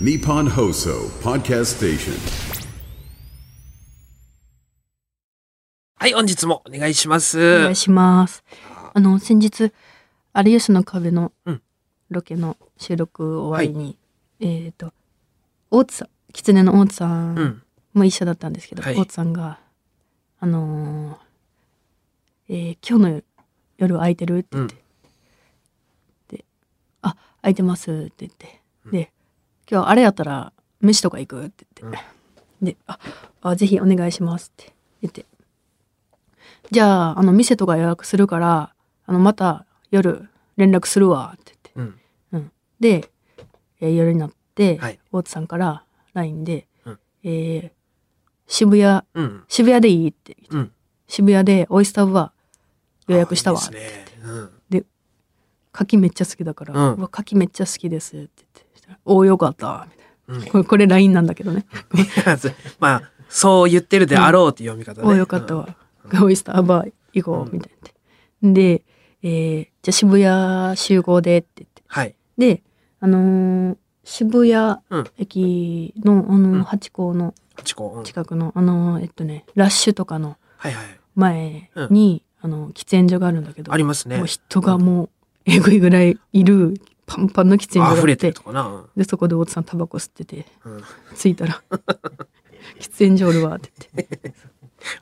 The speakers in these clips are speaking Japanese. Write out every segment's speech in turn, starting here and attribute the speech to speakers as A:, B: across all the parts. A: Nippon Hoso Podcast Station.
B: はい、本日もお願いしま
C: お
B: す
C: 願い。します。あの先日「有吉の壁」の
B: うん
C: ロケの収録終わりに、えっ、と大津さん狐の大津さ
B: うんん。
C: も一緒だったんですけど、
B: はい
C: 大津さんが「あのーえー今日の夜は空いてる?」って言って「であ空いてます」って言って「で今日あれやったら飯とか行く?」って言って、でああ「ぜひお願いします」って言ってじゃあ、あの、店とか予約するから、あの、また夜連絡するわ、って
B: うん。
C: 言って。うん。で、えー夜になって、
B: はい
C: 大津さんから LINE で、
B: うん
C: えー渋谷、
B: うん。
C: 渋谷でいいって言って
B: うん。
C: 渋谷でオイスターバー予約したわ。
B: あいいですね。うん。
C: 牡蠣めっちゃ好きだから、
B: うん
C: うわ牡蠣めっちゃ好きですって言ってしたら。おお、よかった。みたい
B: う
C: な
B: ん
C: これ、これ LINE なんだけどね。
B: いやそ まあ、そう言ってるであろうって読み方ね。
C: およかったわ、オイスターバー行こう、みたいなで、えーじゃあ渋谷集合でって言って
B: はい。
C: であのー渋谷
B: うん
C: 駅の、あのー
B: うん
C: 八甲の
B: 八個。うん
C: 近くの、あのーえっとねラッシュとかの
B: はいはい。
C: 前に、あの喫煙所があるんだけど
B: ありますね
C: もう。人がもうえぐいぐらいいるパンパンの喫煙所があ
B: 溢
C: っ
B: れ
C: て
B: てるとかな。うん
C: でそこで大津さんタバコ吸ってて
B: うん。
C: 着いたら 「喫煙所おるわ」って言って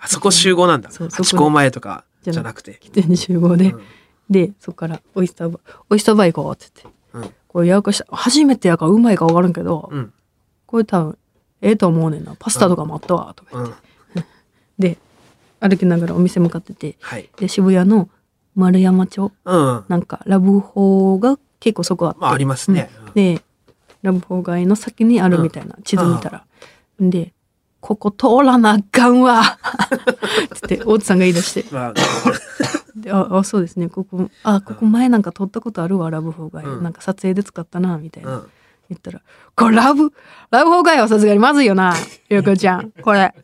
B: あそこ集合なんだ。
C: そうそこ
B: 八個前とかじゃなくて。
C: 喫煙所集合で。
B: うん
C: で、そこから、オイスターバー、オイスターバー行こうって言って。
B: うん。
C: これ予約した。初めてやからうまいか分からんけど、
B: うん。
C: これ多分、ええと思うねんな。パスタとかもあったわ、とか言
B: う
C: って。
B: ん。
C: で、歩きながらお店向かってて、
B: はい。
C: で、渋谷の丸山町、
B: うん。
C: なんか、ラブホが結構そこあって。
B: まあ、ありますね。
C: うんで、ラブホ街の先にあるみたいな、地図見たら。で、ここ通らなあか んわってって、大津さんが言い出して。
B: まあ、
C: でああそうですねここあここ前なんか撮ったことあるわラブホーガイ、
B: うん
C: なんか撮影で使ったなみたいうな、
B: ん。
C: 言ったら「これラブラブホーガイはさすがにまずいよなゆうこちゃんこれ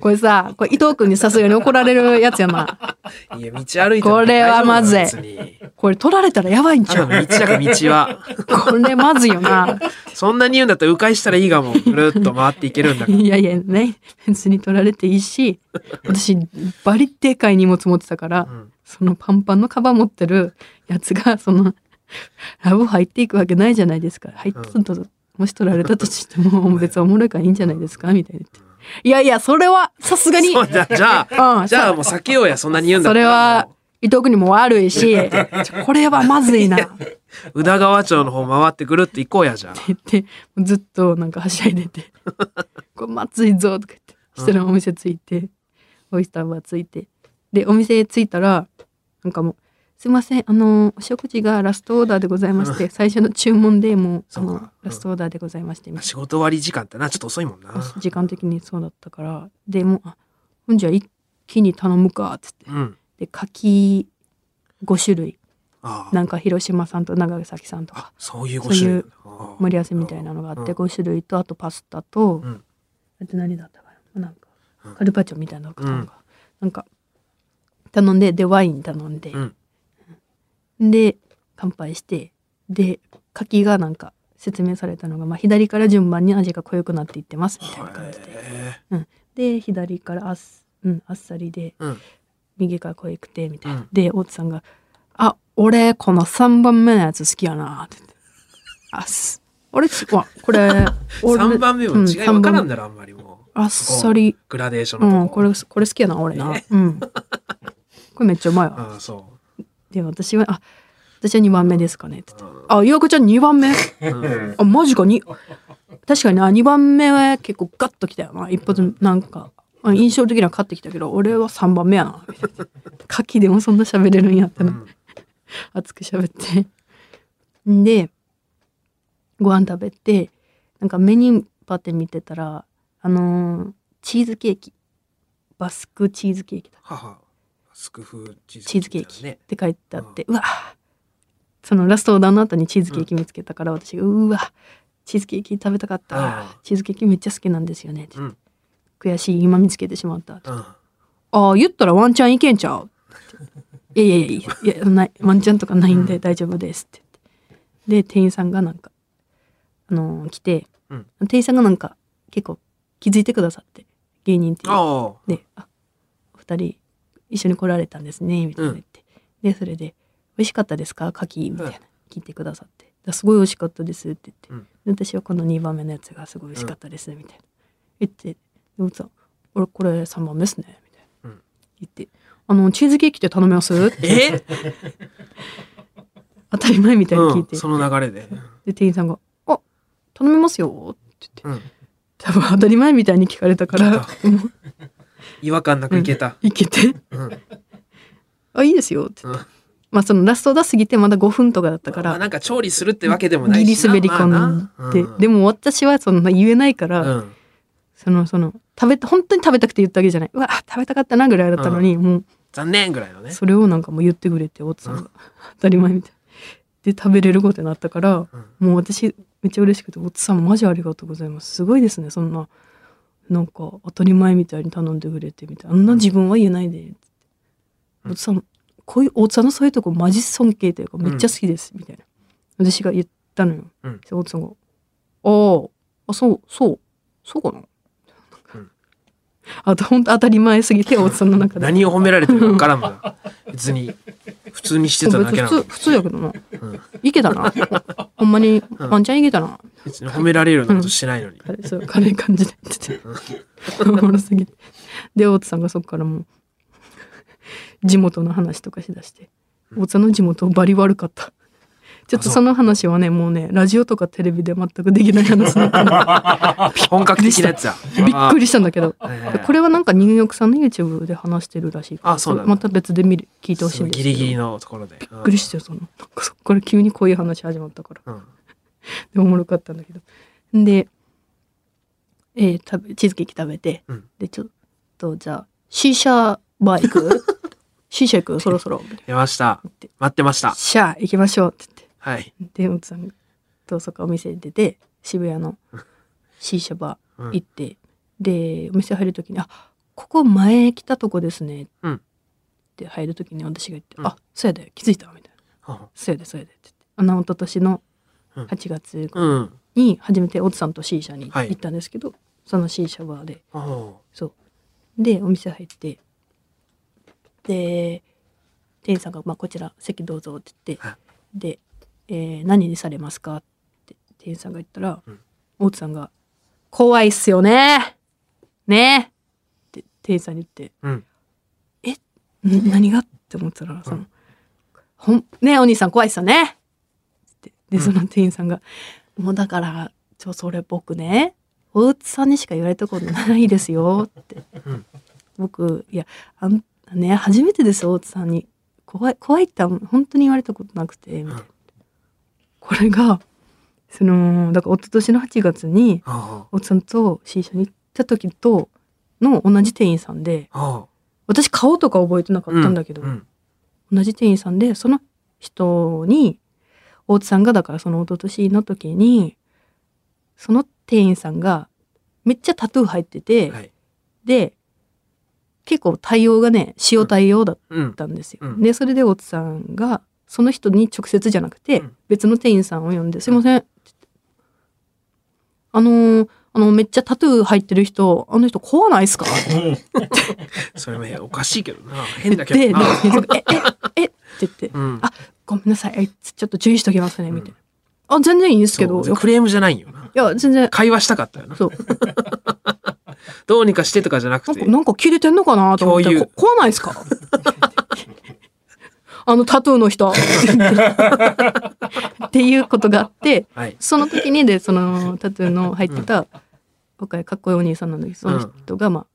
C: これさこれ伊藤君にさすがに怒られるやつやない
B: や、道歩いても
C: これはまずい
B: 大丈夫だよ別に
C: これ撮られたらやばいん
B: あ
C: ちゃ
B: で
C: う
B: も道だから道は。
C: これまずいよな
B: そんなに言うんだったら迂回したらいいがもうぐるっと回っていけるんだから。
C: いやいやね別に撮られていいし私バリでかい荷物持ってたから、
B: うん
C: そのパンパンのカバン持ってるやつがそのラブ入っていくわけないじゃないですか入ったと、もし取られたとしてももう別におもろいからいいんじゃないですかみたいな言っていやいやそれはさすがに
B: そうじゃじゃあ、
C: うん
B: じゃあもう避けようや、そんなに言うんだ
C: そ
B: った
C: れ
B: ら
C: は
B: も
C: 伊藤君にも悪 いしちょこれはまずいなって
B: う宇田川町の方回ってぐるっと行こうや、じゃあ。
C: 言ってずっとなんかはしゃいで て「これまずいぞ」とか言ってそしたらお店着いてオイスターバー着いてでお店着いたらなんかもう「すいませんあのお食事がラストオーダーでございまして最初の注文でもうあ
B: そう
C: の
B: か
C: ラストオーダーでございまして」みたいな
B: 仕事終わり時間ってな、ちょっと遅いもん な。
C: 時間的にそうだったからでもうあほんじゃ一気に頼むかっつって
B: うん。
C: で柿5種類
B: ああ。
C: なんか広島さんと長崎さんとか
B: あそういうご
C: そう
B: 種
C: い
B: 類
C: う。盛り合わせみたいなのがあっ
B: う
C: て
B: ん
C: 5種類とあとパスタと、
B: うん
C: あと何だったかななんか
B: うん
C: カルパッチョみたいなのかな,、
B: うん
C: なんか頼んででワイン頼んで
B: う、ん。
C: で乾杯してで柿がなんか説明されたのが、まあ、左から順番に味が濃ゆくなっていってますみたいな感じで、
B: へ
C: うん、で左からあっ,、うん、あっさりで
B: えうん。
C: 右から濃ゆくてみたいな、
B: うん
C: で大津さんが「あ俺この3番目のやつ好きやな」って言って「あす俺ちわ これ俺
B: 3番目も違い
C: う
B: 分
C: ん
B: から
C: 三
B: ん
C: 番
B: だろ、あんまりもう。
C: あっさり
B: グラデーション
C: う
B: のと
C: ん
B: こ。
C: これこれ好きやな俺な、うんこれめっちゃうまいわ
B: ああ、そ
C: で私は「あ私は2番目ですかね」って言って
B: う
C: 「あゆうこちゃん2番目
B: う。 うん。
C: あマジかに確かにな2番目は結構ガッときたよな一発なんかあ印象的には勝ってきたけど俺は3番目やな」み たいな「カキでもそんな喋れるんや」って
B: う
C: な、
B: ん
C: 熱く喋ってんでご飯食べてなんかメニューパって見てたらあのーチーズケーキバスクチーズケーキだ
B: はは。スクフーチ
C: チー
B: ーズ
C: ズケ
B: ケー
C: ー
B: キ
C: キ
B: だ
C: っ
B: ね。
C: て書いてあって、うわそのラストオーダーの後にチーズケーキ見つけたから私が「うわチーズケーキ食べたかっ
B: うん
C: たチーズケーキめっちゃ好きなんですよね」って、
B: うん
C: 悔しい今見つけてしまった」
B: うん。
C: ああ、言ったらワンチャンいけんち ゃうっていやいやいや、いや、ない、ワンチャンとかないんで大丈夫ですって言ってで、店員さんがなんか、あのー来て、
B: うん
C: 店員さんがなんか結構気づいてくださって芸人っていう
B: ああ。
C: で「あお二人一緒に来られたんですね」みたいな言って、でそれで「美味しかったですか牡蠣」みたいな聞いてくださって「だすごい美味しかったです」って言って、で私はこの2番目のやつがすごい美味しかったですみたいな言ってでもさん「俺これ3番目ですね」みたいな、
B: うん
C: 言って「あのチーズケーキって頼めます?」って
B: え
C: 当たり前みたいに聞いて、
B: うん、その流れで。
C: で店員さんが「あ頼めますよ」って言って
B: うん。
C: 多分当たり前みたいに聞かれたからもう
B: 違和感なくいけた。
C: いけて
B: うん。
C: 「 あいいですよ」って言って。
B: うん
C: まあそのラストが過ぎてまだ5分とかだったか
B: まあ
C: ら、
B: なんか調理するってわけでもない
C: ギ
B: し
C: リ滑り込んで、で
B: も、
C: も私はそんな言えないから、
B: うん
C: そのその食べた本当に食べたくて言ったわけじゃないうわ食べたかったなぐらいだったのに、もう
B: 残念ぐらいのね。
C: それをなんかもう言ってくれておっさんが、当たり前みたいで食べれることになったから、もう私めっちゃ嬉しくて「おっさんマジありがとうございますすごいですねそんななんか当たり前みたいに頼んでくれて」みたいな「あんな自分は言えないで」っておっさんこういうおっさんのそういうとこマジ尊敬というかめっちゃ好きです」みたいな私が言ったのよ。
B: うん
C: そしたらおっさんが「あーあそうそうそうかな」
B: うん
C: あと本当当たり前すぎておっさんの中で。
B: 何を褒められてるかわからんも ん。別に、普通にしてただけな
C: 普
B: の
C: 通。普通やけどな、
B: ん
C: いけたなほほんまにワンちゃんいけたな、
B: 別に褒められるようなことしてないのに。
C: あれそう軽い感じで言ってておもろすぎてで大津さんがそこからもう地元の話とかしだして大津さんの地元バリ悪かったちょ
B: あ
C: っと
B: そう
C: その話はねもうねラジオとかテレビで全くできない話 だから
B: 本格的なやつだ。
C: びっくりしたんだけど
B: はいはいはい
C: これはなんかニューヨークさんの YouTube で話してるらしいから
B: あそうなんだ
C: また別で見る聞いてほしいんです
B: ギ
C: けど
B: リギリのところで。びっ
C: びっくりしたよそのなんかそっから急にこういう話始まったから
B: うん。
C: でおもろかったんだけどで、えー食べチーズケーキ食べて、
B: うん
C: でちょっとじゃあシーシャバー行 くシーシャ行くそろそろみたいな
B: 出ました
C: て。
B: 待ってました。
C: シャー行きましょうって
B: はい。
C: 言ってでおつさんとそっかお店に出て渋谷のシーシャバー行って、でお店入る時に「あここ前来たとこですね」っ
B: うん
C: て入る時に私が言って「
B: うん
C: あそうやで気づいた」みたいな「そうやでそうやで」って言ってあの一昨年の
B: うん
C: 8月頃
B: うん。
C: に初めてオツさんと C 社に
B: はい
C: 行ったんですけど、その C 社バーで
B: お
C: そうでお店入ってで店員さんが「まあ、こちら席どうぞ」って言って
B: はい
C: 「で、えー何にされますか?」って店員さんが言ったら、大津さんが「怖いっすよねねって店員さんに言って
B: ううん。
C: ん 何がって思ったらその、ほんねえお兄さん怖いっすよねってでその店員さんが、もうだからちょそれ僕ね大内さんにしか言われたことないですよって、
B: うん
C: 僕いやあんね初めてです大内さんに怖い怖いって本当に言われたことなくてみたいな、
B: うん
C: これがそのだから一昨年の8月に
B: お
C: 大内さんと C 社に行った時との同じ店員さんで
B: お
C: 私顔とか覚えてなかったんだけど、
B: うん。
C: 同じ店員さんでその人に大津さんがだからその一昨年の時にその店員さんがめっちゃタトゥー入ってて、
B: はい。
C: で結構対応がね塩対応だっ
B: うん。
C: たんですよ。
B: うん
C: でそれで大津さんがその人に直接じゃなくて、
B: うん
C: 別の店員さんを呼んで「すいません」って言ってあのーあのめっちゃタトゥー入ってる人あの人怖ないっすか?」
B: それもねおかしいけど な。 変だけ
C: で
B: どな。
C: なんか店員さんがええええって言って、
B: うん。
C: あごめんなさいあいつちょっと注意しときますねみたいな、あ全然いいんですけど
B: そう
C: い
B: クレームじゃないよな。
C: や全然
B: 会話したかったよな。
C: そう
B: どうにかしてとかじゃなく
C: なん
B: て
C: か。なんか切れてんのかなと思って
B: 共有
C: こ怖ないですか あのタトゥー の人っていうことがあって
B: はい。
C: その時にでそのタトゥーの入ってた若いかっこいいお兄さんなんだけどその人がま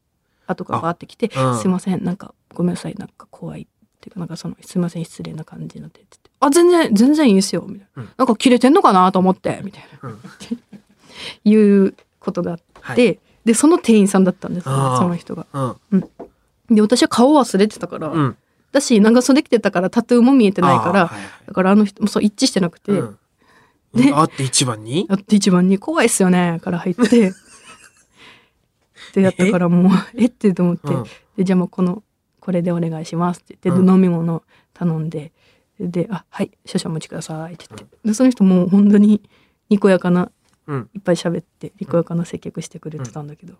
C: あ後からバーって来て「
B: うん
C: すいませんなんかごめんなさいなんか怖い」っていうかなんかその「すいません失礼な感じになって」って言ってあ全然全然いいですよ」みたいな、
B: うん
C: なんか切れてんのかなと思って」みたいな、
B: うん
C: いうことがあって、
B: はい
C: でその店員さんだったんですよ
B: あー
C: その人が。
B: うん。
C: で私は顔忘れてたから、
B: うん。
C: だし長袖着てたからタトゥーも見えてないから、
B: あーはいはい
C: だからあの人もそう一致してなくて。
B: うん
C: で
B: あって一番に
C: やって一番に「怖いっすよね」から 入ってでやったからもう「えっ?」てと思って、
B: うん
C: でじゃあもうこのこれでお願いしますって言って、で
B: うん
C: 飲み物頼んでで「あはい少々お待ちください」って言ってでその人もう本当ににこやかな
B: うん
C: いっぱい喋ってリコヤカの接客してくれてたんだけど、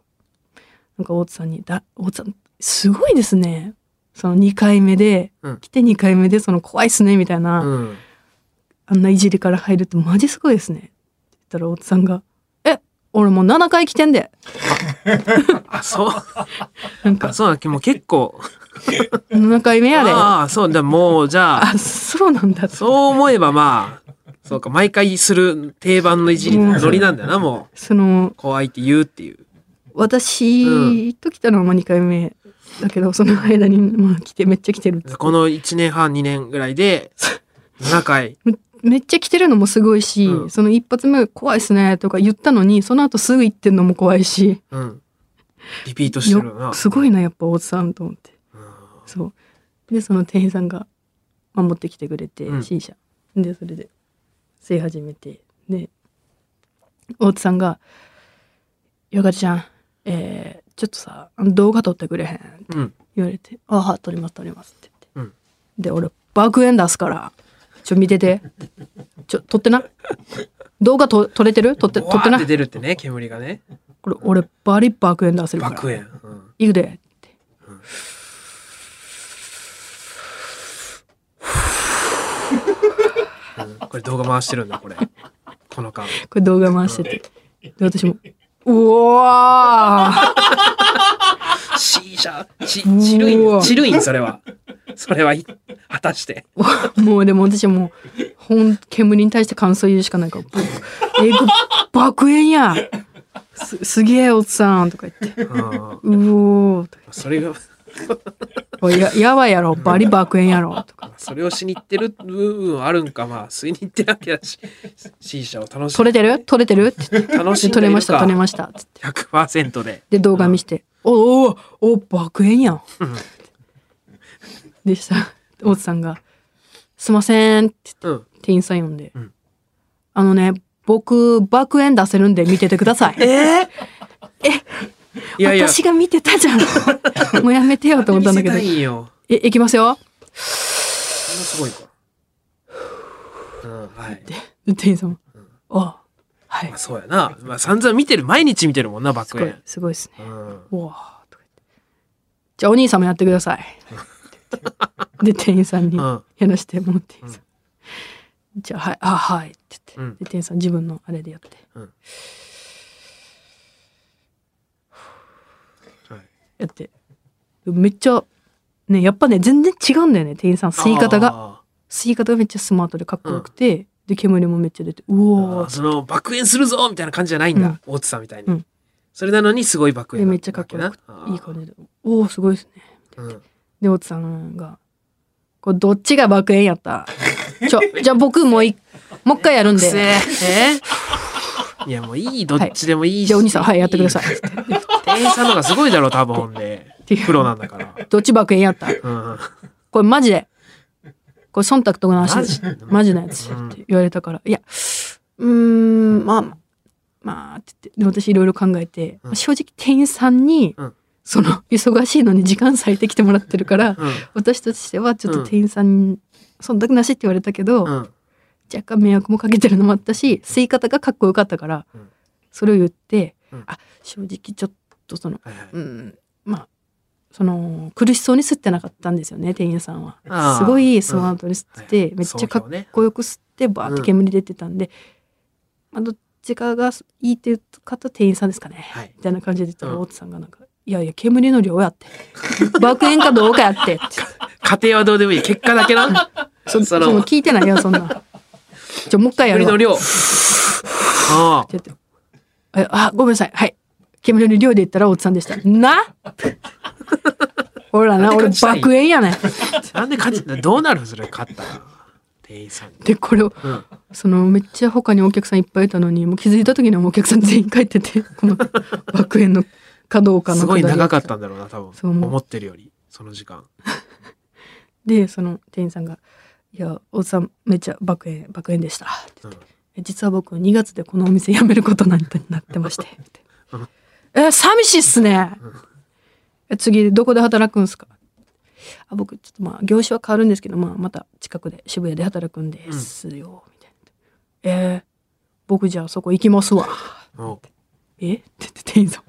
C: なんか大津さんに「だ大津さんすごいですね」その2回目で、
B: うん
C: 来て2回目でその怖いっすねみたいな、
B: うん。
C: あんないじりから入るってマジすごいですねって言ったら大津さんが「え俺もう7回来てんで
B: あ、そう。
C: なんか
B: あそうだ、もう結構。
C: 7回目やで」あ
B: ああ、そうだ、もう、じゃ あ、
C: そうなんだ
B: そう思えばまあ、そうか、毎回する定番のいじり
C: うん
B: のノリなんだよな、も
C: その
B: う。怖いって言うっていう。
C: 私と来たのはまあ2回目だけどその間にまあ来てめっちゃ来てるって
B: この1年半、2年ぐらいで、7回。
C: めっちゃ来てるのもすごいし、
B: うん
C: その一発目怖いっすねとか言ったのにその後すぐ行ってんのも怖いし
B: うん。リピートしてるよ
C: よ
B: な。
C: すごいなやっぱ大津さんと思ってそうでその店員さんが守ってきてくれて、
B: うん
C: C 社でそれで吸い始めてで大津さんが「よかちゃんえー、ちょっとさあの動画撮ってくれへん」
B: うん。
C: 言われて「あはい撮ります撮ります」って言って、で俺爆炎出すからちょ見ててちょ撮ってな動画と撮れてる撮って撮
B: 取
C: って
B: っ
C: な
B: て出るってね、煙がね。
C: これ俺バリ爆炎出せるから
B: 爆炎。うん
C: いくで」って。
B: うんこれ動画回してるんだ、これ。この間。
C: これ動画回してて。で、私も、うわー
B: シーシャ、ち、ちるい、
C: うんわ
B: ちるいん、それは。それは、い果たして。
C: もうでも私はもう、ほん、煙に対して感想言うしかないから、ぶえぐ、爆炎やす、すげえおっさんとか言って、
B: うん。
C: うおーとか
B: それが、
C: おいや、やばいやろ、バリ爆炎やろ、とか。
B: それをしに行ってる部分はあるんか、まあ、吸いに行ってるわけだし、C 社を楽しん
C: 取れてる取れてるって言って。
B: 楽しんで
C: 取
B: い
C: れ
B: る
C: ま
B: か
C: した、取れました。つって。
B: 100%で。
C: で、動画見して、おおおお爆炎やん。でした。大津さんが、すいませんって言って
B: うん。
C: 店員さん呼んで、
B: うん
C: あのね僕爆炎出せるんで見ててくだ さい
B: えいやいや、
C: 私が見てたじゃん もうやめてよと思ったんだけど
B: 見せたいんよ。
C: えいきますよ
B: そんなすごいか。うん、はい。
C: で店員さんも「あはい
B: まあ、そうやな。まあ、散々見てる、毎日見てるもんな、バッ
C: す
B: ク
C: ご
B: エ
C: い
B: ン。
C: すごいですね
B: うん。」
C: うわーとか言って「じゃあお兄様やってください」 で店員さんに
B: うん
C: やらしてもらって店員さんじゃあはいあはい」って言って、
B: うん
C: で店員さん自分のあれでやって
B: うんはい
C: やってめっちゃねやっぱね全然違うんだよね店員さん吸い方が。
B: あ
C: 吸い方がめっちゃスマートでかっこよくて、で煙もめっちゃ出てう
B: ー
C: お
B: あー
C: ー
B: その、爆炎するぞみたいな感じじゃないん
C: う
B: だ
C: ん。
B: 大津さんみたいうに
C: ん。
B: それなのに、すごい爆
C: で
B: 炎。
C: めっちゃかっこよくていい感じでおおすごいですね
B: じ。うん
C: で大津さんが「これどっちが爆炎やったちょじゃあ僕もういもう一回やるん
B: くせ
C: で
B: え。えーいや、もういい、どっちでもいいし。
C: じゃあお兄さんはいやってください」って
B: 店員さんの方がすごいだろ、多分、ほんで。プロなんだから。
C: どっち爆炎やった
B: うん。
C: これマジでこれ忖度とかなし
B: マ
C: で
B: ジ
C: マジなやつって言われたから、いや、うーん、まあ、まあまあ、って言って、で私いろいろ考えて、
B: うん
C: 正直店員さんに、
B: うん
C: その、忙しいのに時間割いてきてもらってるから、
B: うん
C: 私としてはちょっと店員さんに、そんだけなしって言われたけど、
B: うん。
C: 若干迷惑もかけてるのもあったし、吸い方がかっこよかったから、
B: うん
C: それを言って、
B: うん
C: あ、正直ちょっとその、
B: はいはい
C: うん、まあ、その苦しそうに吸ってなかったんですよね店員さんは
B: あー
C: すごいスマートに吸ってて、
B: うん
C: めっちゃかっ
B: そうよね
C: こよく吸ってバーって煙出てたんで、まあ、どっちかがいいっていう方店員さんですかね、
B: はい
C: みたいな感じで言ったら、
B: うん
C: 大津さんがなんか「いやいや煙の量やって 爆炎かどうかやって」って
B: 家庭はどうでもいい。結果だけな。
C: そ
B: そ
C: そ
B: の
C: の聞いてないよそんなじゃもう一回や
B: 煙
C: るわ
B: の
C: って
B: 量。ああ。
C: 言ってえあごめんなさいはい煙の量で言ったら大津さんでしたなほらな俺爆炎やねん
B: なんで勝ち、どうなるそれ勝ったら。店員さんに。
C: でこれを
B: うん。
C: そのめっちゃ他にお客さんいっぱいいたのにもう気づいた時にはもうお客さん全員帰っててこの爆炎のかどうかの
B: すごい長か
C: っ
B: ったんだろうな、多
C: そう
B: 分。
C: 思う
B: 思ってるより、その時間。
C: でその店員さんが「いやおっさんめっちゃ爆炎爆炎でした」って言って、え実は僕2月でこのお店辞めることになってなってまして」ってえ寂しいっすね」え次どこで働くんすか?」あ僕ちょっとまあ業種は変わるんですけど、まあ、また近くで渋谷で働くんですよ」みたいな「えー僕じゃあそこ行きますわ。
B: おう
C: えって言って店員さん。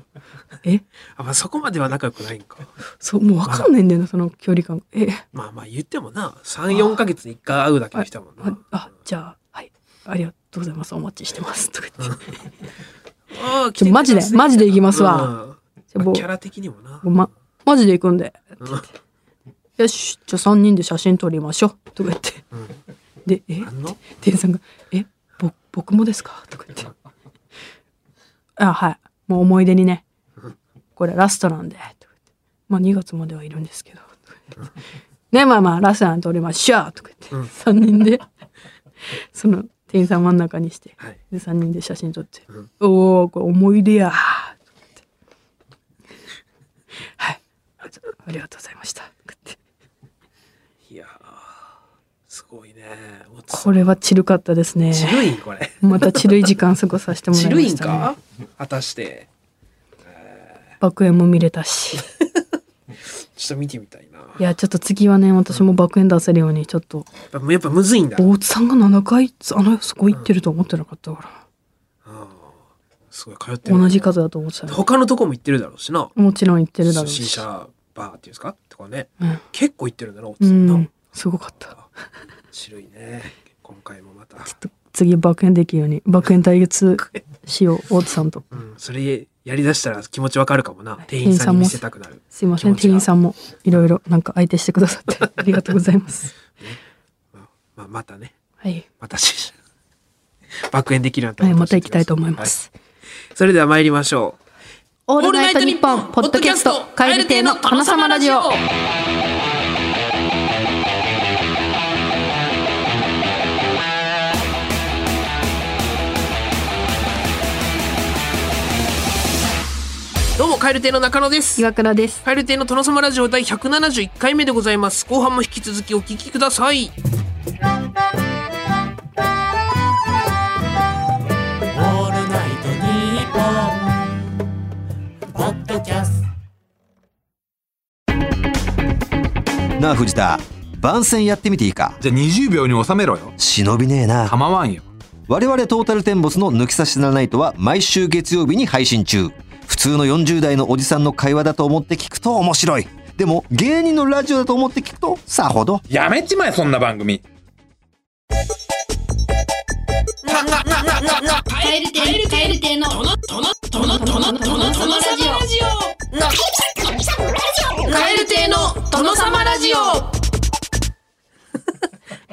C: え
B: あ、まあ、そこまでは仲良くないんか。
C: そう、もうわかんないんだよな、その距離感。え、
B: まあまあ言ってもな、3、4ヶ月に1回会うだけの人だもん
C: あ
B: な。、
C: あじゃあ、はい。ありがとうございます。お待ちしてます。とか言って。
B: ああ、
C: ちょマジでマジで行きますわ
B: うん。
C: じゃあ
B: まあ
C: 僕
B: キャラ的にもな。
C: ごま、マジで行くんで。って言ってよし、じゃあ3人で写真撮りましょう。とか言って。で、え
B: あの
C: 店員さんが「えぼ僕もですか?」とか言って「あはいもう思い出にねこれラストなんで」とか言って「まあ2月まではいるんですけど」とか言ってねまあまあラストなんておりましょう」とか言って3人でその店員さん真ん中にして
B: はい。
C: で3人で写真撮って「おおこれ思い出や」とか言って「はいあちょありがとうございました」とか言って
B: いやーすごいね。もうつ
C: これはチルかったですね
B: ちるいんこれ。
C: またチルい時間過ごさせてもらい
B: ち
C: ました、
B: る
C: ね、
B: いんか果たして。
C: 爆炎も見れたし
B: ちょっと見てみたいな。
C: いやちょっと次はね私も爆炎出せるようにちょっと
B: やっぱやっぱむずいんだ。
C: 大津さんが7回あのそこ行ってると思ってなかったから、
B: すごい通ってる。
C: 同じ数だと思ってたよ
B: 他のとこも行ってるだろうしな。
C: もちろん行ってるだろう
B: 新
C: し、
B: 車バーっていうんですかとかね。
C: うん
B: 結構行ってるんだろう。
C: う、
B: つんなん
C: すごかった
B: ちるいね。今回もまた。
C: 次爆炎できるように爆炎対決しよう大津さんと
B: うん、それやりだしたら気持ちわかるかもな。店員さんに見せたくなる。
C: すいません
B: 気持ち
C: 店
B: が
C: 員さんもいろいろなんか相手してくださってありがとうございます
B: まあ、またね。
C: はい、
B: またし 爆炎できるように
C: は
B: なった
C: い、また行きたいと思いま。す、
B: はいそれでは参りましょう。
C: オ
D: オールナイトニッポンポッドキャスト「蛙亭の殿様ラジオ」。
B: どうも、カエル亭の中野です。
C: 岩倉です
B: カエル亭の殿様ラジオ第171回目でございます。後半も引き続きお聞きください。
E: オールナイトニッポン」ポッドキャスト
F: なあ藤田番宣やってみていいか
G: じゃあ20秒に収めろよ。
F: 忍びねえな
G: 構わんよ。
F: 我々トータルテンボスの抜き差しならないとは毎週月曜日に配信中普通の40代のおじさんの会話だと思って聞くと面白いでも芸人のラジオだと思って聞くとさほど
G: やめちまえ、そんな番組。
D: 蛙亭蛙亭の殿殿殿殿殿様ラジオ。蛙亭の殿様ラジ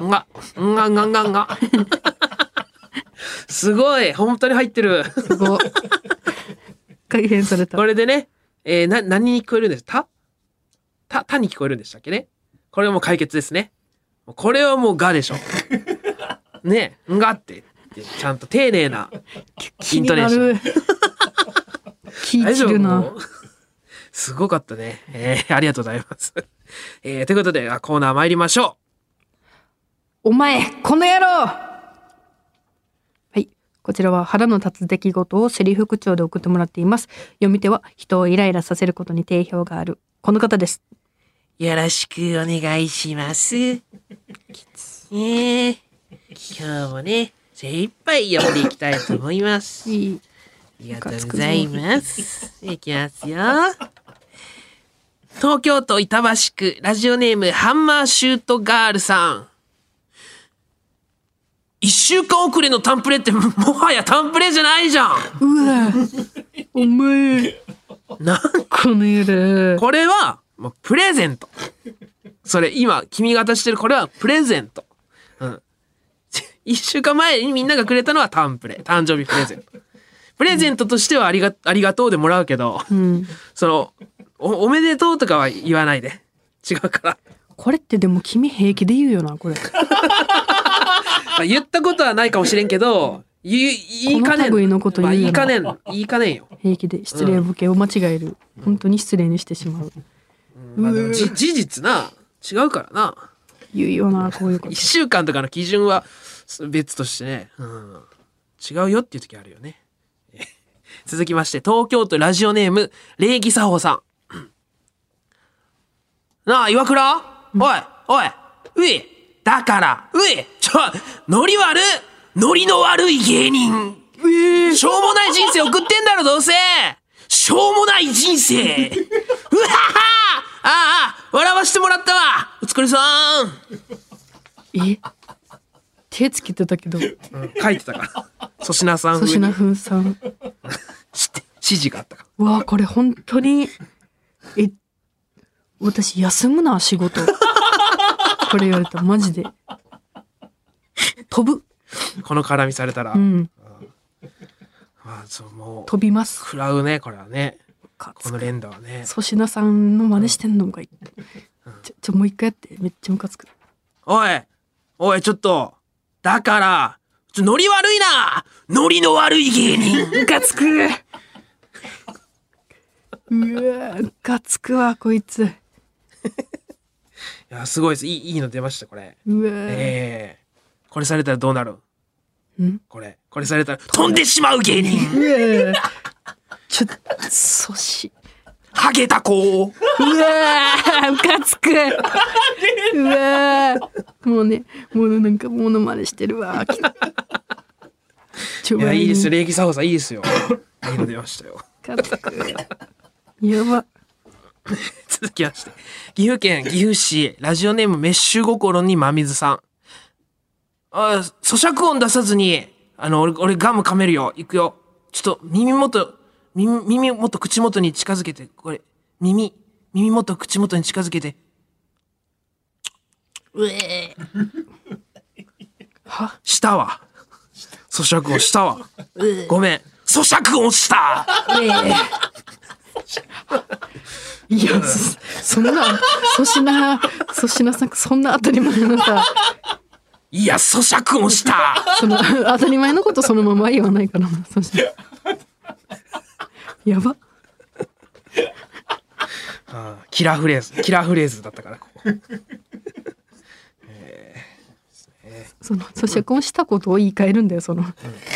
D: オ。
B: んが、んがんがんがんが。 すごい本当に入って る。
C: すごい 改変された
B: これでね、えーな、何に聞こえるんですたた、たに聞こえるんでしたっけねこれはもう解決ですね。もうこれはもうがでしょ。 ねえ、んがって。ちゃんと丁寧な。
C: 気になる。気
B: 大
C: 散
B: 丈夫
C: る
B: も
C: な。
B: うすごかったね。えーありがとうございます。えーということで、あコーナー参りましょ
C: お前、この野郎はい。こちらは腹の立つ出来事をセリフ口調で送ってもらっています。読み手は人をイライラさせることに定評がある。この方です。
B: う。よろしくお願いします。えー、今日もね、精一杯読んでいきたいと思い ます。
C: い
B: あ
C: い。
B: りがとうございます。いきますよ。東京都板橋区、ラジオネーム、ハンマーシュートガールさん。一週間遅れのタンプレって、もはやタンプレじゃないじゃん。
C: お前、
B: なん
C: この野郎。
B: これは、もうプレゼント。それ、今、君が渡してるこれはプレゼント。うん。一週間前にみんながくれたのはタンプレ。誕生日プレゼント。プレゼントとしてはありが、ありがとうでもらうけど、そのお、おめでとうとかは言わないで。違うから。
C: これってでも君平気で言うよな、これ。
B: まあ、言ったことはないかもしれんけど、言い、言いかねん。
C: この類のこと言うよな
B: まあ、言いかねん。言いかねんよ。
C: 平気で失礼ボケを間違える。本当に失礼にしてしまう。
B: まあでもじ事実な、違うからな。
C: 言うよな、こういうこと
B: 一。週間とかの基準はす別としてね、うん、違うよっていう時あるよね 続きまして東京都ラジオネーム礼儀作法さん なあ岩倉おいおいういだからういちょノリ悪いノリの悪い芸人えしょうもない人生送ってんだろ、どうせしょうもない人生うわははああ、笑わしてもらったわお疲れさ
C: え手つけてたけど
B: ーん、書いてたから。粗品さん
C: 粗
B: 上に
C: 品ふんさん
B: 知って指示があったか
C: うわあこれ本当にえ私休むな仕事これ言われたマジで飛ぶ
B: ら。この絡みされたら。
C: うん
B: あそう、もう、
C: 飛びます
B: 食らうね、これはね。
C: か
B: この連打はね。
C: 粗品さんの真似してんのがいいちょちょもう一回やってめっちゃムカつく
B: おいおい、ちょっとだからちょ、ノリ悪いなノリの悪い芸人ムカつく
C: うわームカつくわこいつ
B: いや、すごいです。いい、いいの出ました、これ。
C: うわー、
B: ええこれされたらどうなる
C: ん
B: これ。これされたら、飛んでしまう芸人
C: うわーちょっと粗品
B: ハゲた子
C: うわームカつくうわーもうねもうなんかモノマネしてるわきちょ
B: いや、いいですよ。
C: ね
B: 礼儀作法さん、いいですよ。いいの出ましたよ。
C: ムカつくやば
B: 続きまして。岐阜県岐阜市、ラジオネームメッシュ心にまみずさん。あ、咀嚼音出さずに、あの、俺、俺ガム噛めるよ。行くよ。ちょっと耳元、耳、耳元口元に近づけて、これ、耳、耳元口元に近づけて。うえはしたわ。咀嚼音したわ。ごめん。咀嚼音した
C: いやそそんな粗品粗品さんそんな当たり前のさ
B: いや、咀嚼音した
C: その当たり前のことそのまま言わないからなそしたらやば
B: キラーフレーズ、キラーフレーズだったから、ここ。
C: そのそして婚したことを言い換えるんだよその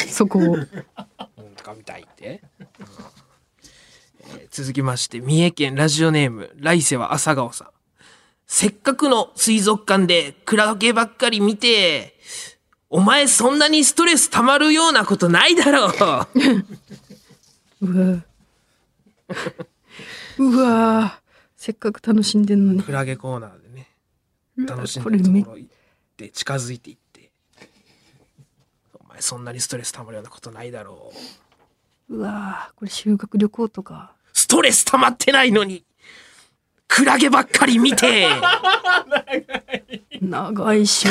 C: そこを
B: うんとかみたいって。うんえー続きまして、三重県ラジオネーム、来世は朝顔さん。せっかくの水族館でクラゲばっかり見て、お前そんなにストレス溜まるようなことないだろう
C: うわうわせっかく楽しんでんのに
B: クラゲコーナーでね、楽しん
C: こ
B: で
C: れ
B: ると
C: め
B: ころ行って、近づいていって、お前そんなにストレス溜まるようなことないだろう。
C: うわこれ修学旅行とか
B: ストレス溜まってないのに、クラゲばっかり見て、
C: 長いし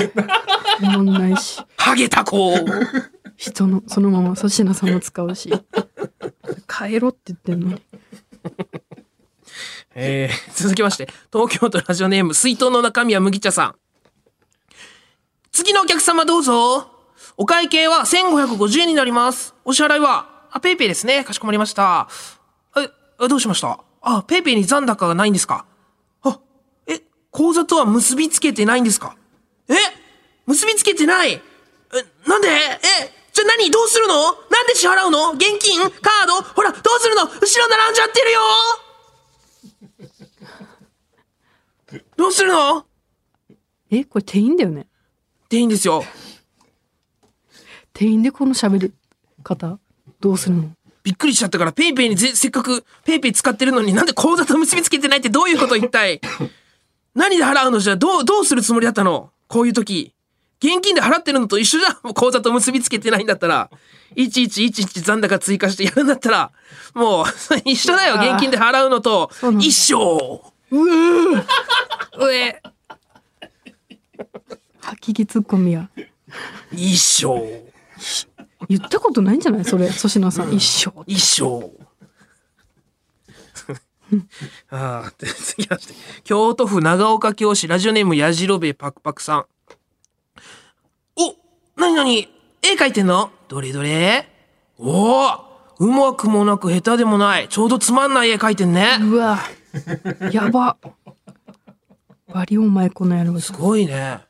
C: 思んないし
B: ハゲた子
C: 人のそのまま粗品さんも使うし帰ろって言ってんのに
B: えー 続きまして、東京都ラジオネーム、水筒の中身は麦茶さん。次のお客様どうぞ。お会計は1550円になります。お支払いは、あ、ペイペイですね。かしこまりました。え、あどうしましたあ、ペイペイに残高がないんですかあ、え、口座とは結びつけてないんですかえ結びつけてないえ、なんでえ、じゃあ何どうするのなんで支払うの現金カードほら、どうするの後ろ並んじゃってるよどうするの
C: えこれ店員だよね
B: でいいんですよ。
C: 店員でこの喋り方どうするの
B: びっくりしちゃったから、ペイペイにぜせっかくペイペイ使ってるのになんで口座と結びつけてないってどういうこと一体何で払うのじゃあどう、どうするつもりだったのこういう時。現金で払ってるのと一緒じゃんもう口座と結びつけてないんだったら。いちいちいちいち残高追加してやるんだったら、もう 一緒だよ、
C: うわー
B: 現金で払うのと
C: うなん。だ
B: 一緒
C: うえ吐き気ツッコミや
B: 一緒
C: 言ったことないんじゃないそれ粗品さん一生
B: 衣 装。ああ、で次まして。京都府長岡京市、ラジオネームやじろべえパクパクさん。おなになに絵描いてんのどれどれおおうまくもなく下手でもない。ちょうどつまんない絵描いてんね。
C: うわやば割りお前この野郎
B: すごいね。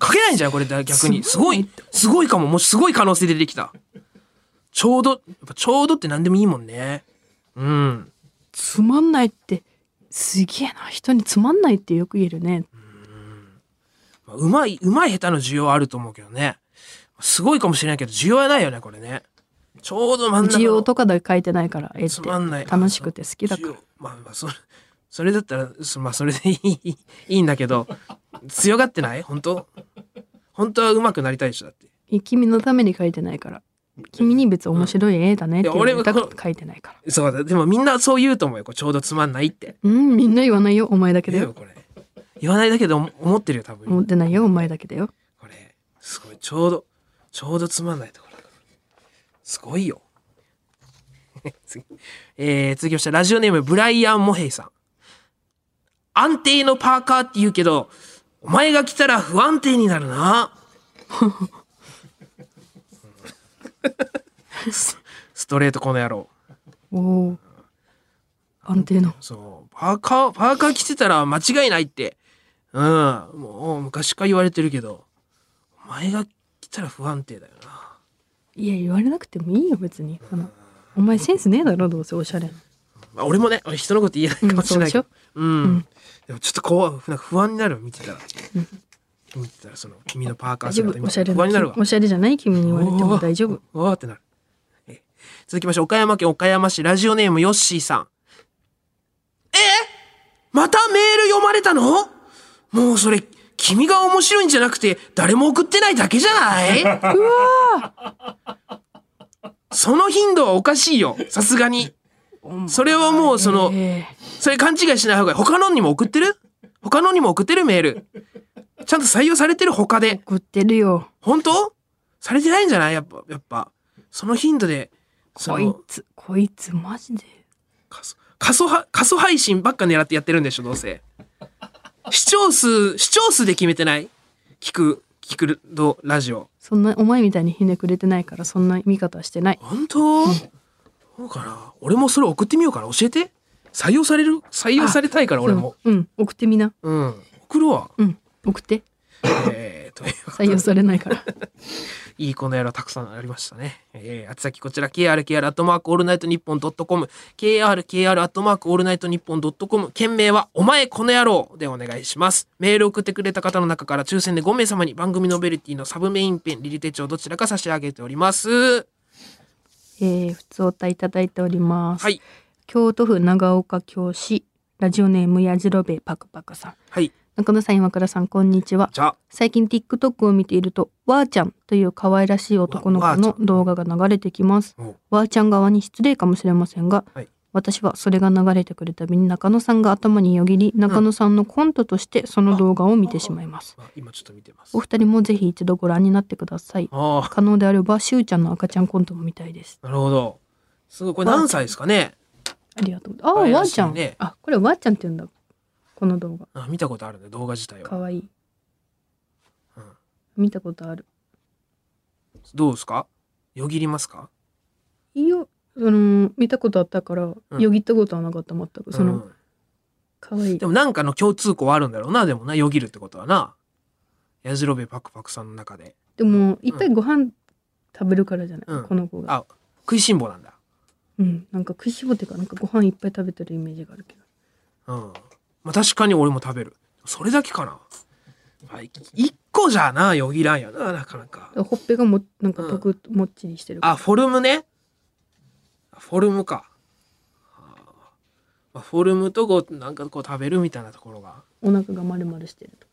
B: 描けないんじゃんこれだ逆に。すごい、すごいかも。もうすごい可能性出てきた。ちょうど、やっぱちょうどって何でもいいもんね。うん。
C: つまんないってすげえな人につまんないってよく言えるね
B: まあうまい、うまい下手の需要はあると思うけどね。すごいかもしれないけど、需要はないよね、これね。ちょうど真ん中
C: 需要
B: の
C: とかで書いてないから絵っ
B: つまんない
C: て楽しくて好きだから
B: 一応まあまあそれそれだったらそ,、まあ、それでいいいいんだけど強がってない本当本当は上手くなりたいでしょだって
C: い君のために書いてないから君に別に面白い絵だねって言われた
B: いや
C: か
B: 俺
C: ら書いてないから
B: そうだでもみんなそう言うと思うよこうちょうどつまんないって
C: うんみんな言わないよお前だけだ
B: 言うよ
C: よ
B: これ言わないだけで思思ってるよ多分
C: 思ってないよお前だけだよ
B: これすごいちょうどちょうどつまんないところだからすごいよ 次えー、続きましてラジオネームブライアン・モヘイさん安定のパーカーって言うけどお前が来たら不安定になるな スストレートこの野郎
C: おお安定の
B: そうパーカーパーカー着てたら間違いないってうんもう昔から言われてるけどお前が来たら不安定だよない
C: や言われなくてもいいよ別にそのお前センスねえだろどうせおしゃれな
B: まあ、俺もね俺人のこと言えないかもしれないけどうん、でもちょっとこうなんか不安になる見てたら、見てたらその君のパーカー
C: 大丈
B: 姿
C: 夫
B: 見
C: お
B: て
C: しゃれ
B: 不安になるわ
C: おしゃれじゃない君に言われても大丈夫
B: うわーってなるええ続きまして岡山県岡山市ラジオネームヨッシーさんえまたメール読まれたのもうそれ君が面白いんじゃなくて誰も送ってないだけじゃな いうわその頻度はおかしいよさすがにそれはもうその、
C: え
B: それ勘違いしない方がいい。他のにも送ってる他のにも送ってるメール。ちゃんと採用されてる他で
C: ー。送ってるよ
B: 本当されてないんじゃないやっぱ、やっぱ。その頻度で、そ
C: こい
B: の、
C: つこいつマジで
B: 過疎過疎は過疎配信ばっか狙ってやってるんでしょ、どう せ。視聴数、視聴数で決めてない聞く、聞くどラジオ。
C: そんなお前みたいにひねくれてないからそんな見方してない
B: 本当そうかな俺もそれ送ってみようかな。教えて。採用される採用されたいから、俺も。
C: うん送ってみな
B: うん。送るわ。
C: うん送って
B: えー、という
C: 採用されないから
B: いいこの野郎たくさんありましたね。えー、あつ先こちら、krkr アットマークオールナイトニッポンドットコム、krkr アットマークオールナイトニッポンドットコム、件名は、お前この野郎でお願いします。メールを送ってくれた方の中から抽選で5名様に番組ノベルティのサブメインペン、リリ手帳どちらか差し上げております。
C: えー、普通お歌いただいております、
B: はい。
C: 京都府長岡京市ラジオネームやじろべえパクパクさん
B: はい。
C: 中野さん今倉さんこんにちは
B: じゃあ、
C: 最近 TikTok を見ているとわーちゃんという可愛らしい男の
B: わ
C: 子
B: わーちゃ
C: の動画が流れてきます
B: おう
C: わーちゃん側に失礼かもしれませんが、
B: はい
C: 私はそれが流れてくるたびに中野さんが頭によぎり中野さんのコントとしてその動画を見てしまいます
B: まあ今ちょっと見てます
C: お。二人もぜひ一度ご覧になってください
B: ああ、
C: 可能であればしゅうちゃんの赤ちゃんコントも見たいです
B: なるほど。すごい、これ何歳ですかね
C: ありがとうああ、
B: 可愛
C: わ
B: ら
C: ー
B: しい
C: ちゃん、
B: ね
C: あこれわーちゃんって言うんだこの動画
B: あ見たことあるね、動画自体
C: か
B: は。
C: わいい、見たことある
B: どうですかよぎりますか
C: いいよあのー見たことあったから、
B: ん
C: よぎったことはなかった全くその、
B: うん
C: かわいい
B: でもなんかの共通項はあるんだろうな、でもな、よぎるってことはな。やじろべえパクパクさんの中で。
C: でもいっぱいご飯食べるからじゃない、
B: うん
C: この子が
B: あ、食いしん坊なんだ。
C: うんなんか食いしぼってかなんかご飯いっぱい食べてるイメージがあるけど
B: うん。まあ確かに俺も食べる。それだけかな。まあ、い一個じゃな、よぎらんやな、なかなか
C: だか。らほっぺがもなんかとく、もっちりしてる
B: あ、フォルムね。フォルムか。はあまあ、フォルムとこう、なんかこう食べるみたいなところが。
C: お腹が丸々してると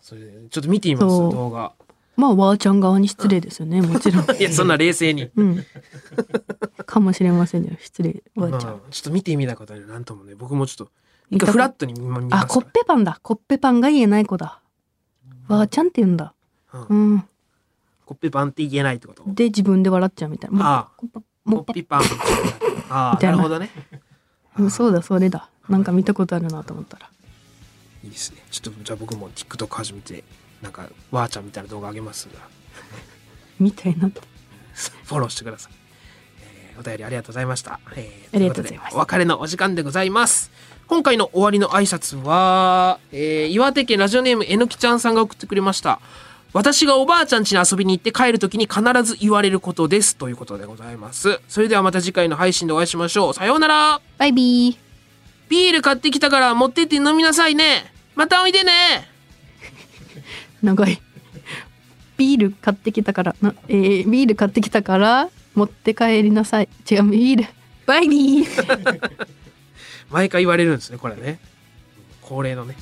B: それでちょっと見てみます、
C: そう
B: 動画。
C: まあわーちゃん側に失礼ですよねもちろん
B: いや、そんな冷静 に。
C: うんかもしれませんよ失礼わ
B: ま
C: ー
B: あ
C: ち
B: ち
C: ゃん、
B: ょっと見てみたことあるなんともね、僕もちょっと、
C: 見
B: 一
C: た
B: 回フラットに今見ますから。
C: あコッペパンだコッペパンが言えない子だわーちゃんって言うんだうん、
B: コッペパンって言えないってこと
C: で自分で笑っちゃうみたいなもう
B: あ
C: コッペ
B: コ
C: もう
B: ッペパン。 ああ、なるほどね。
C: うんそうだそれだなんか見たことあるなと思ったら
B: いいですね。ちょっと、じゃあ僕も TikTok 始めて、なんか、わーちゃんみたいな動画あげますが、
C: みたいなって
B: フォローしてください。えーお便りありがとうございました。えー
C: ありがとうございま
B: ということ
C: す
B: でお別れのお時間でございます。今回の終わりの挨拶は、えー岩手県ラジオネームえのきちゃんさんが送ってくれました。私がおばあちゃん家に遊びに行って帰るときに必ず言われることですということでございます。それではまた次回の配信でお会いしましょう。さようなら
C: バイビー
B: ビール買ってきたから持ってって飲みなさいね。またおいでね。
C: 長いビール買ってきたからな、えービール買ってきたから持って帰りなさい違うビールバイビー
B: 毎回言われるんですねこれね恒例のね